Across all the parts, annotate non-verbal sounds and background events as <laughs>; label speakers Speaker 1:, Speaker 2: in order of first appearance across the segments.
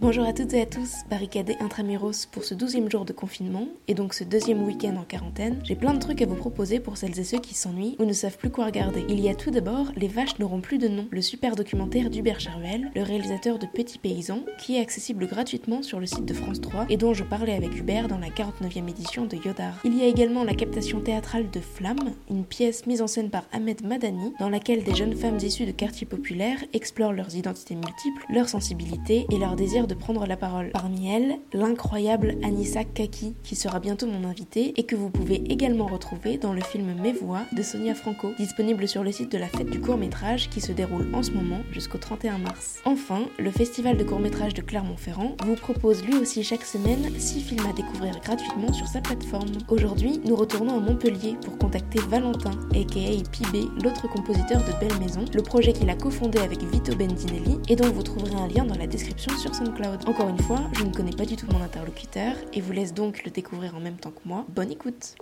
Speaker 1: Bonjour à toutes et à tous, barricadés intramuros pour ce douzième jour de confinement, et donc ce deuxième week-end en quarantaine, j'ai plein de trucs à vous proposer pour celles et ceux qui s'ennuient ou ne savent plus quoi regarder. Il y a tout d'abord Les vaches n'auront plus de nom, le super documentaire d'Hubert Charvel, le réalisateur de Petits Paysans, qui est accessible gratuitement sur le site de France 3 et dont je parlais avec Hubert dans la 49e édition de Yodar. Il y a également la captation théâtrale de Flamme, une pièce mise en scène par Ahmed Madani, dans laquelle des jeunes femmes issues de quartiers populaires explorent leurs identités multiples, leur sensibilité et leur désir de prendre la parole. Parmi elles, l'incroyable Anissa Kaki, qui sera bientôt mon invitée et que vous pouvez également retrouver dans le film Mes voix de Sonia Franco, disponible sur le site de la fête du court-métrage qui se déroule en ce moment jusqu'au 31 mars. Enfin, le festival de court-métrage de Clermont-Ferrand vous propose lui aussi chaque semaine 6 films à découvrir gratuitement sur sa plateforme. Aujourd'hui, nous retournons à Montpellier pour contacter Valentin, aka Pibé, l'autre compositeur de Belle Maison, le projet qu'il a cofondé avec Vito Bendinelli et dont vous trouverez un lien dans la description sur son Cloud. Encore une fois, je ne connais pas du tout mon interlocuteur et vous laisse donc le découvrir en même temps que moi. Bonne écoute.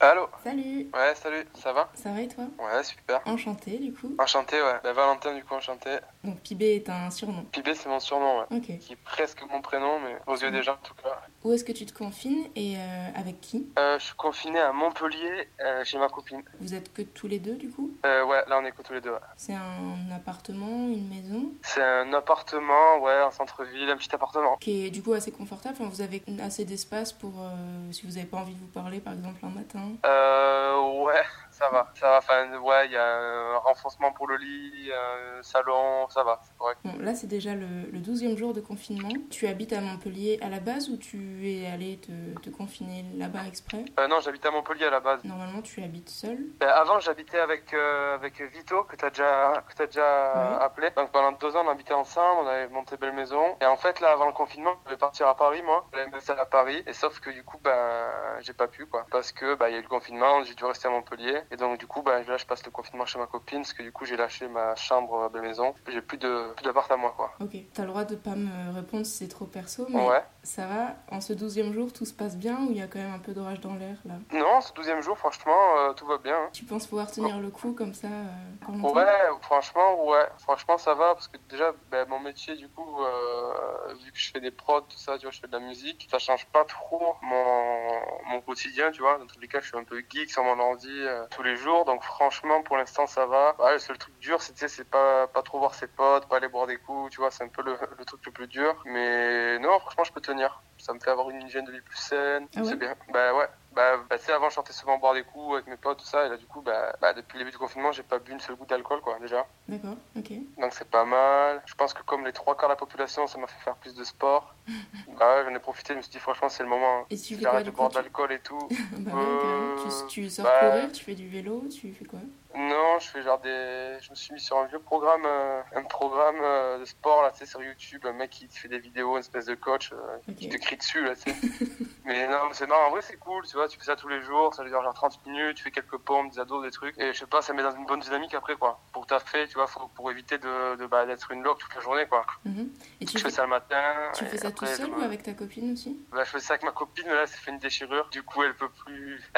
Speaker 2: Allô
Speaker 1: Salut
Speaker 2: Ouais, salut, ça va
Speaker 1: Ça va et toi
Speaker 2: Ouais, super.
Speaker 1: Enchanté du coup.
Speaker 2: Enchanté, ouais. Bah, Valentin, du coup, enchanté.
Speaker 1: Donc Pibé est un surnom.
Speaker 2: Pibé, c'est mon surnom, ouais.
Speaker 1: Ok.
Speaker 2: Qui est presque mon prénom, mais aux yeux des gens, en tout cas.
Speaker 1: Où est-ce que tu te confines et euh, avec qui
Speaker 2: Euh, je suis confiné à Montpellier euh, chez ma copine.
Speaker 1: Vous êtes que tous les deux du coup
Speaker 2: Euh, ouais, là, on est que tous les deux, ouais.
Speaker 1: C'est un appartement, une maison
Speaker 2: C'est un appartement, ouais, un centre-ville, un petit appartement.
Speaker 1: qui est du coup assez confortable. Enfin, vous avez assez d'espace pour euh, si vous n'avez pas envie de vous parler par exemple un matin.
Speaker 2: Euh, ouais, ça va, ça va. Enfin, ouais, il y a un renfoncement pour le lit, un salon, ça va, c'est correct.
Speaker 1: Bon, là, c'est déjà le, le 12e jour de confinement. Tu habites à Montpellier à la base ou tu es allé te, te confiner là-bas exprès
Speaker 2: Euh, non, j'habitais à Montpellier à la base.
Speaker 1: Normalement, tu habites seul.
Speaker 2: Ben, avant, j'habitais avec, euh, avec Vito, que t'as déjà, que t'as déjà
Speaker 1: Oui.
Speaker 2: appelé. Donc pendant deux ans, on habitait ensemble, on avait monté belle maison. Et en fait, là, avant le confinement, je devais partir à Paris, moi. Je voulais me faire à Paris. Et sauf que du coup, ben, j'ai pas pu, quoi. Parce que, ben, il y a eu le confinement, j'ai dû rester à Montpellier. Et donc, du coup, ben, là, je passe le confinement chez ma copine, parce que du coup, j'ai lâché ma chambre à belle maison. J'ai plus de, plus d'appart à moi, quoi.
Speaker 1: Ok, t'as le droit de pas me répondre si c'est trop perso, mais
Speaker 2: Ouais.
Speaker 1: ça va. En ce 12e jour, tout se passe bien ou il y a quand même un peu d'orage dans l'air là
Speaker 2: Non, ce douzième jour, franchement, euh, tout va bien. hein.
Speaker 1: Tu penses pouvoir tenir le coup comme ça euh, quand longtemps
Speaker 2: Ouais, franchement, ouais. Franchement, ça va parce que déjà, ben, mon métier, du coup, euh, vu que je fais des prods, tout ça, tu vois, je fais de la musique, ça change pas trop mon, mon quotidien, tu vois. Dans tous les cas, je suis un peu geek sur mon ordi euh, tous les jours, donc franchement, pour l'instant, ça va. Ouais, le seul truc dur, c'est, tu sais, c'est pas, pas trop voir ses potes, pas aller boire des coups, tu vois, c'est un peu le, le truc le plus dur. Mais non, franchement, je peux tenir. Ça me fait avoir une hygiène de vie plus saine,
Speaker 1: Ah ouais
Speaker 2: c'est bien. Bah ouais. Bah, bah tu sais, avant, je sortais souvent boire des coups avec mes potes, tout ça, et là, du coup, bah, bah depuis le début du confinement, j'ai pas bu une seule goutte d'alcool, quoi, déjà.
Speaker 1: D'accord, ok.
Speaker 2: Donc, c'est pas mal. Je pense que, comme les trois quarts de la population, ça m'a fait faire plus de
Speaker 1: <laughs>
Speaker 2: sport. bah, ouais, j'en ai profité, je me suis dit, franchement, c'est le moment. hein.
Speaker 1: Et tu fais quoi
Speaker 2: J'arrête
Speaker 1: du coup,
Speaker 2: de boire de
Speaker 1: tu...
Speaker 2: l'alcool et
Speaker 1: <laughs>
Speaker 2: tout.
Speaker 1: Bah ouais, carrément. Tu- tu sors
Speaker 2: Euh, bah-
Speaker 1: courir, tu fais du vélo, tu fais quoi
Speaker 2: Non, je fais genre des. Je me suis mis sur un vieux programme, euh, un programme euh, de sport, là, tu sais, sur YouTube. Un mec qui te fait des vidéos, une espèce de coach, euh, qui
Speaker 1: Ok.
Speaker 2: te crie dessus, là, tu sais.
Speaker 1: <laughs>
Speaker 2: mais non, mais c'est marrant, en vrai, c'est cool, tu vois, tu fais ça tous les jours, ça dure genre 30 minutes, tu fais quelques pompes, des ados, des trucs. Et je sais pas, ça met dans une bonne dynamique après, quoi. Pour taffer, tu vois, faut, pour éviter de, de bah, d'être une loque toute la journée, quoi.
Speaker 1: Mhm. Et tu
Speaker 2: Je
Speaker 1: fais,
Speaker 2: fais ça le matin.
Speaker 1: tu
Speaker 2: et
Speaker 1: fais ça tout
Speaker 2: après,
Speaker 1: seul
Speaker 2: je-
Speaker 1: ou avec ta copine aussi
Speaker 2: bah, je fais ça avec ma copine, mais là, ça fait une déchirure. Du coup, elle peut plus. <laughs>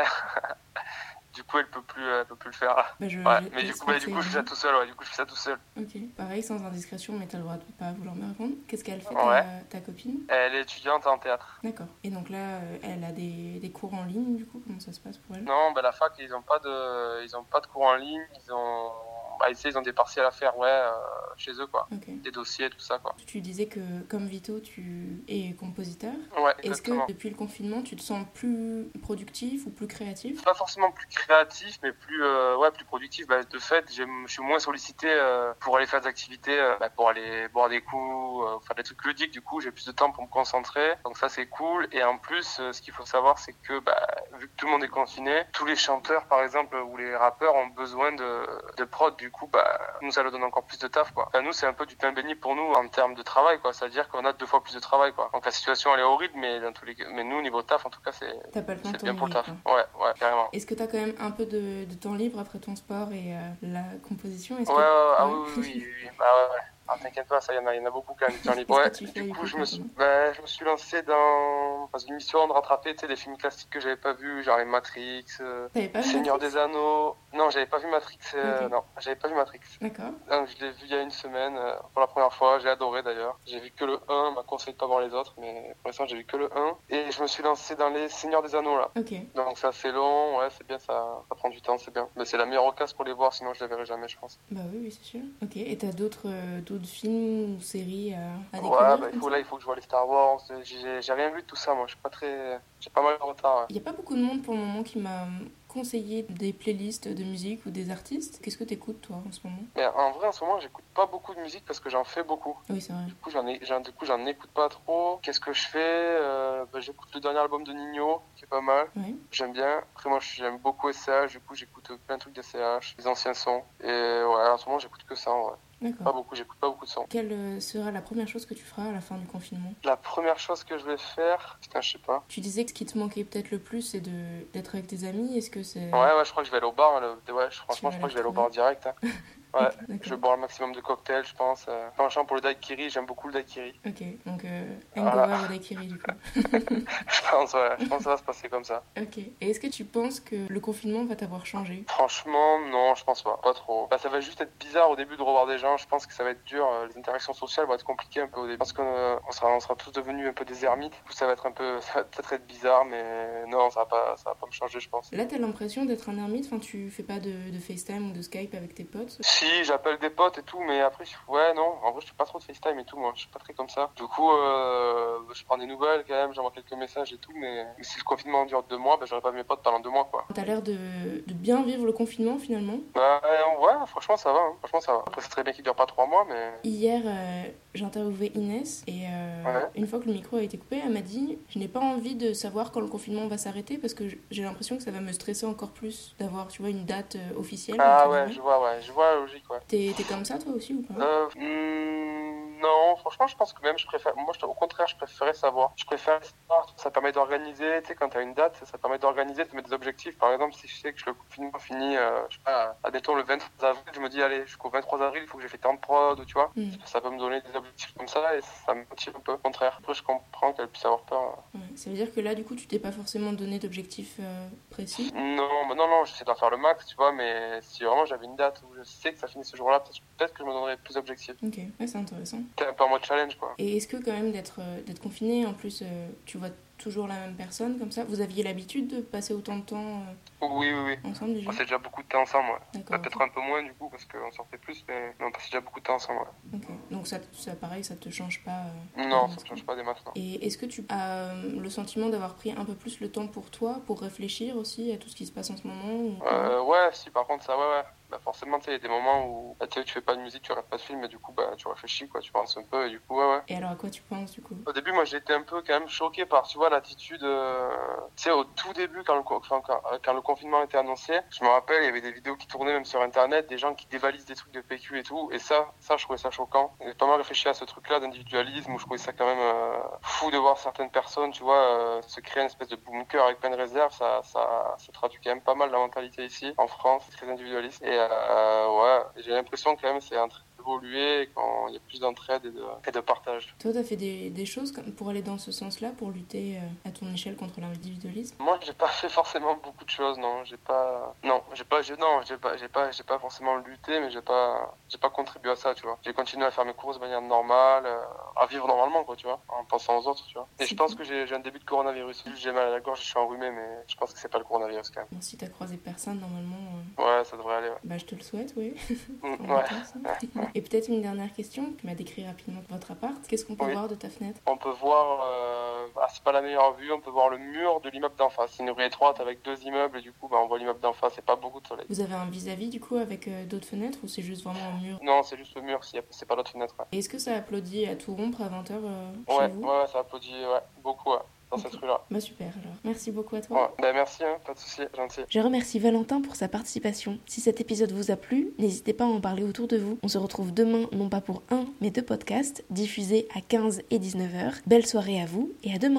Speaker 2: du coup, elle peut plus, euh, elle peut plus le faire.
Speaker 1: Bah, je-
Speaker 2: Ouais,
Speaker 1: je-
Speaker 2: mais du
Speaker 1: laisse
Speaker 2: coup, ouais, du
Speaker 1: passer,
Speaker 2: coup, je fais
Speaker 1: hein.
Speaker 2: ça tout seul, ouais, du coup, je fais ça tout seul.
Speaker 1: Ok, pareil, sans indiscrétion, mais t'as le droit de pas vouloir me répondre. Qu'est-ce qu'elle fait,
Speaker 2: Ouais.
Speaker 1: ta, ta copine
Speaker 2: Elle est étudiante en théâtre.
Speaker 1: D'accord. Et donc là, euh, elle a des, des cours en ligne, du coup, comment ça se passe pour elle
Speaker 2: Non, bah, la fac, ils ont pas de, ils ont pas de cours en ligne, ils ont, bah, ils, ils ont des partiels à faire, ouais, euh, chez eux, quoi.
Speaker 1: Ok.
Speaker 2: Des dossiers, tout ça, quoi.
Speaker 1: Tu disais que, comme Vito, tu es compositeur.
Speaker 2: Ouais,
Speaker 1: Est-ce
Speaker 2: exactement.
Speaker 1: que depuis le confinement, tu te sens plus productif ou plus créatif
Speaker 2: Pas forcément plus créatif, mais plus, euh, ouais, plus productif. Bah, de fait, j'ai- je suis moins sollicité euh, pour aller faire des activités, euh, bah, pour aller boire des coups, euh, faire des trucs ludiques. Du coup, j'ai plus de temps pour me concentrer. Donc ça, c'est cool. Et en plus, euh, ce qu'il faut savoir, c'est que bah, vu que tout le monde est confiné, tous les chanteurs, par exemple, ou les rappeurs ont besoin de, de prod. Du coup, bah, nous, ça leur donne encore plus de taf. Quoi. Enfin, nous, c'est un peu du pain béni pour nous en termes de travail. quoi. C'est-à-dire qu'on a deux fois plus de travail. Quoi. Donc la situation, elle est horrible, mais, dans tous les... cas- mais nous, au niveau taf, en tout cas, c'est
Speaker 1: T'as pas le temps de
Speaker 2: c'est bien
Speaker 1: t'ennuyer,
Speaker 2: pour le taf.
Speaker 1: quoi.
Speaker 2: Ouais, ouais, carrément.
Speaker 1: Est-ce que t'as quand même un peu de, de temps libre après ton sport et euh, la composition Est-ce
Speaker 2: Ouais,
Speaker 1: que-
Speaker 2: ouais, ouais, ah
Speaker 1: Ouais.
Speaker 2: oui, oui, oui, oui, oui. Bah, ouais, ouais. Ah, t'inquiète pas, ça, il y, en a- il y en a beaucoup quand même, du temps libre.
Speaker 1: Qu'est-ce
Speaker 2: Ouais.
Speaker 1: que tu fais
Speaker 2: Du
Speaker 1: avec
Speaker 2: coup,
Speaker 1: le
Speaker 2: je
Speaker 1: temps
Speaker 2: me, suis,
Speaker 1: libre
Speaker 2: ben, je me suis lancé dans, dans une mission de rattraper tu sais, des films classiques que j'avais pas vus, genre les Matrix, euh,
Speaker 1: T'avais pas vu
Speaker 2: Seigneur
Speaker 1: Ah, Matrix
Speaker 2: des Anneaux. Non, j'avais pas vu Matrix. euh,
Speaker 1: Ok.
Speaker 2: Non, j'avais pas vu Matrix.
Speaker 1: D'accord.
Speaker 2: Donc, je l'ai vu il y a une semaine euh, pour la première fois, j'ai adoré d'ailleurs. J'ai vu que le 1, on m'a conseillé de pas voir les autres, mais pour l'instant j'ai vu que le 1. Et je me suis lancé dans les Seigneurs des Anneaux là.
Speaker 1: Ok.
Speaker 2: Donc ça c'est long, ouais c'est bien, ça, ça prend du temps, c'est bien. Mais c'est la meilleure occasion pour les voir, sinon je les verrai jamais je pense.
Speaker 1: Bah oui, oui, c'est sûr. Ok. Et t'as d'autres euh, d'autres films ou séries à, à
Speaker 2: Ouais,
Speaker 1: découvrir
Speaker 2: bah, il
Speaker 1: comme
Speaker 2: faut,
Speaker 1: ça
Speaker 2: là il faut que je vois les Star Wars, Euh, j'ai j'ai rien vu de tout ça moi, je suis pas très... J'ai pas mal de retard. ouais.
Speaker 1: Il n'y a pas beaucoup de monde pour le moment qui m'a conseillé des playlists de musique ou des artistes. Qu'est-ce que t'écoutes toi en ce moment
Speaker 2: Mais en vrai en ce moment j'écoute pas beaucoup de musique parce que j'en fais beaucoup.
Speaker 1: Ah Oui, c'est vrai.
Speaker 2: Du coup j'en ai, j'en- du coup j'en écoute pas trop. Qu'est-ce que je fais Euh, bah, J'écoute le dernier album de Nino qui est pas mal.
Speaker 1: Ouais.
Speaker 2: J'aime bien. Après, moi, j'aime beaucoup SCH. Du coup, j'écoute euh, plein de trucs de SCH, les anciens sons. Et ouais, en ce moment, j'écoute que ça. Ouais. Pas
Speaker 1: D'accord.
Speaker 2: beaucoup, j'écoute pas beaucoup de sons.
Speaker 1: Quelle euh, sera la première chose que tu feras à la fin du confinement
Speaker 2: La première chose que je vais faire, putain, je sais pas.
Speaker 1: Tu disais que ce qui te manquait peut-être le plus, c'est de d'être avec tes amis. Est-ce que c'est
Speaker 2: Ouais, ouais, je crois que je vais aller au bar. hein, le- Ouais, je- franchement,
Speaker 1: vas
Speaker 2: je crois que je vais aller au
Speaker 1: aller
Speaker 2: bar direct. hein. Ouais,
Speaker 1: Ok, d'accord.
Speaker 2: je vais boire le maximum de cocktails, je pense. Euh, penchant pour le daiquiri, j'aime beaucoup le daiquiri. <laughs>
Speaker 1: Ok, donc euh,
Speaker 2: Voilà.
Speaker 1: hangover au daiquiri du coup.
Speaker 2: Je pense, ouais, je pense que ça va se passer comme ça.
Speaker 1: Ok. Et est-ce que tu penses que le confinement va t'avoir changé
Speaker 2: Franchement, non, je pense pas. Pas trop. Bah, ça va juste être bizarre au début de revoir des gens. Je pense que ça va être dur. euh, Les interactions sociales vont être compliquées un peu au début. Je pense qu'on euh, on sera, on sera tous devenus un peu des ermites. Du coup, ça va être un peu, <laughs> ça va peut-être être bizarre, mais non, ça va pas, ça va pas me changer, je pense.
Speaker 1: Là, t'as l'impression d'être un ermite. Enfin, tu fais pas de, de FaceTime ou de Skype avec tes potes.
Speaker 2: Si, j'appelle des potes et tout, mais après, je- ouais, non. En vrai, je fais pas trop de FaceTime et tout, moi. Je suis pas très comme ça. Du coup, euh, je prends des nouvelles quand même. J'envoie quelques messages et tout, mais, mais si le confinement dure deux mois, bah, j'aurai pas mes potes pendant deux mois, quoi.
Speaker 1: T'as l'air de, de bien vivre le confinement finalement.
Speaker 2: Bah, euh, ouais, franchement, ça va. hein. Franchement, ça va. Après, c'est très bien qu'il dure pas trois mois, mais.
Speaker 1: Hier, euh, j'ai interviewé Inès et euh,
Speaker 2: Ouais.
Speaker 1: une fois que le micro a été coupé, elle m'a dit Je n'ai pas envie de savoir quand le confinement va s'arrêter parce que j- j'ai l'impression que ça va me stresser encore plus d'avoir, tu vois, une date euh, officielle.
Speaker 2: Ah
Speaker 1: entre
Speaker 2: ouais,
Speaker 1: guillemets.
Speaker 2: je vois, ouais, je vois la logique, ouais.
Speaker 1: T'es t'es comme ça toi aussi ou pas
Speaker 2: Euh, hmm, non, franchement, je pense que même je préfère. Moi, je- au contraire, je préférais savoir. Je préfère savoir. Ça permet d'organiser. Tu sais, quand t'as une date, ça permet d'organiser, de mettre des objectifs. Par exemple, si je sais que le confinement finit, euh, je sais pas, à des tours le 23 avril, je me dis, allez, jusqu'au 23 avril, il faut que j'ai fait tant de prod, tu vois.
Speaker 1: Hmm,
Speaker 2: Ça peut me donner des objectifs comme ça et ça me motive un peu. Au contraire, après, je comprends qu'elle puisse avoir peur.
Speaker 1: ouais. Ça veut dire que là, du coup, tu t'es pas forcément donné d'objectifs euh, précis.
Speaker 2: Non, bah non, non, j'essaie d'en faire le max, tu vois, mais si vraiment j'avais une date où je sais que ça finit ce jour-là, peut-être peut-être que je me donnerais plus d'objectifs.
Speaker 1: Ok, ouais, c'est intéressant.
Speaker 2: T'es un peu en mode challenge, quoi.
Speaker 1: Et est-ce que quand même d'être euh, d'être confiné, en plus, euh, tu vois toujours la même personne comme ça Vous aviez l'habitude de passer autant de temps euh,
Speaker 2: Oui, oui, oui.
Speaker 1: ensemble déjà
Speaker 2: On passait déjà beaucoup de temps ensemble, ouais. Bah,
Speaker 1: D'accord.
Speaker 2: peut-être un peu moins du coup, parce qu'on sortait plus, mais... mais on passait déjà beaucoup de temps ensemble, ouais.
Speaker 1: ok. Donc ça, ça, pareil, ça te change pas euh,
Speaker 2: Non,
Speaker 1: de
Speaker 2: ça ne
Speaker 1: rythme.
Speaker 2: change pas dès maintenant.
Speaker 1: Et est-ce que tu as euh, le sentiment d'avoir pris un peu plus le temps pour toi, pour réfléchir aussi à tout ce qui se passe en ce moment ou-
Speaker 2: Euh, ouais, si, par contre, ça, ouais, ouais. Bah, forcément, tu sais, il y a des moments où bah, tu sais, tu fais pas de musique, tu regardes pas de film, et du coup, bah, tu réfléchis, quoi, tu penses un peu, et du coup, ouais, ouais.
Speaker 1: Et alors à quoi tu penses du coup
Speaker 2: Au début, moi, j'étais un peu quand même choqué par, tu vois, l'attitude. euh, Tu sais, au tout début, quand le, co- quand, quand- euh, quand le confinement était annoncé, je me rappelle, il y avait des vidéos qui tournaient même sur Internet, des gens qui dévalisent des trucs de PQ et tout. Et ça, ça, je trouvais ça choquant. J'ai pas mal réfléchi à ce truc-là d'individualisme, où je trouvais ça quand même euh, fou de voir certaines personnes, tu vois, euh, se créer une espèce de bunker avec plein de réserves. Ça, ça, ça traduit quand même pas mal la mentalité ici, en France, c'est très individualiste. Et euh, ouais, j'ai l'impression quand même, c'est un truc évolué quand il y a plus d'entraide et de, et de partage.
Speaker 1: Toi, t'as fait des, des choses comme- pour aller dans ce sens-là, pour lutter euh, à ton échelle contre l'individualisme
Speaker 2: Moi, j'ai pas fait forcément beaucoup de choses, non. J'ai pas, non, j'ai pas, j'ai- non, j'ai pas, j'ai pas, j'ai pas forcément lutté, mais j'ai pas, j'ai pas contribué à ça, tu vois. J'ai continué à faire mes courses de manière normale, euh, à vivre normalement, quoi, tu vois, en pensant aux autres, tu vois. Et je pense que j'ai j'ai un début de coronavirus. J'ai mal à la gorge, je suis enrhumé, mais je pense que c'est pas le coronavirus quand
Speaker 1: Bon, si t'as croisé personne, normalement, euh,
Speaker 2: même. Ouais, ça devrait aller. Ouais.
Speaker 1: bah, je te le souhaite, oui.
Speaker 2: Mm, ouais.
Speaker 1: Et peut-être une dernière question, tu m'as décrit rapidement votre appart. Qu'est-ce qu'on peut
Speaker 2: Oui.
Speaker 1: voir de ta fenêtre
Speaker 2: On peut voir, euh... ah, c'est pas la meilleure vue, on peut voir le mur de l'immeuble d'en face. C'est une rue étroite avec deux immeubles et du coup, bah, on voit l'immeuble d'en face. C'est pas beaucoup de soleil.
Speaker 1: Vous avez un vis-à-vis du coup avec euh, d'autres fenêtres ou c'est juste vraiment un mur
Speaker 2: Non, c'est juste le mur. s'il y a- C'est pas l'autre fenêtre. ouais.
Speaker 1: Et Est-ce que ça applaudit à tout rompre à 20h chez
Speaker 2: Ouais,
Speaker 1: vous
Speaker 2: ouais, ça applaudit ouais, beaucoup ouais, dans
Speaker 1: Ok.
Speaker 2: cette rue-là.
Speaker 1: Bah super alors. Merci beaucoup à toi.
Speaker 2: Ouais. Bah, merci, hein, pas de souci, gentil.
Speaker 1: Je remercie Valentin pour sa participation. Si cet épisode vous a plu, n'hésitez pas à en parler autour de vous. On se retrouve demain, non pas pour un, mais deux podcasts, diffusés à 15 et 19h. Belle soirée à vous et à demain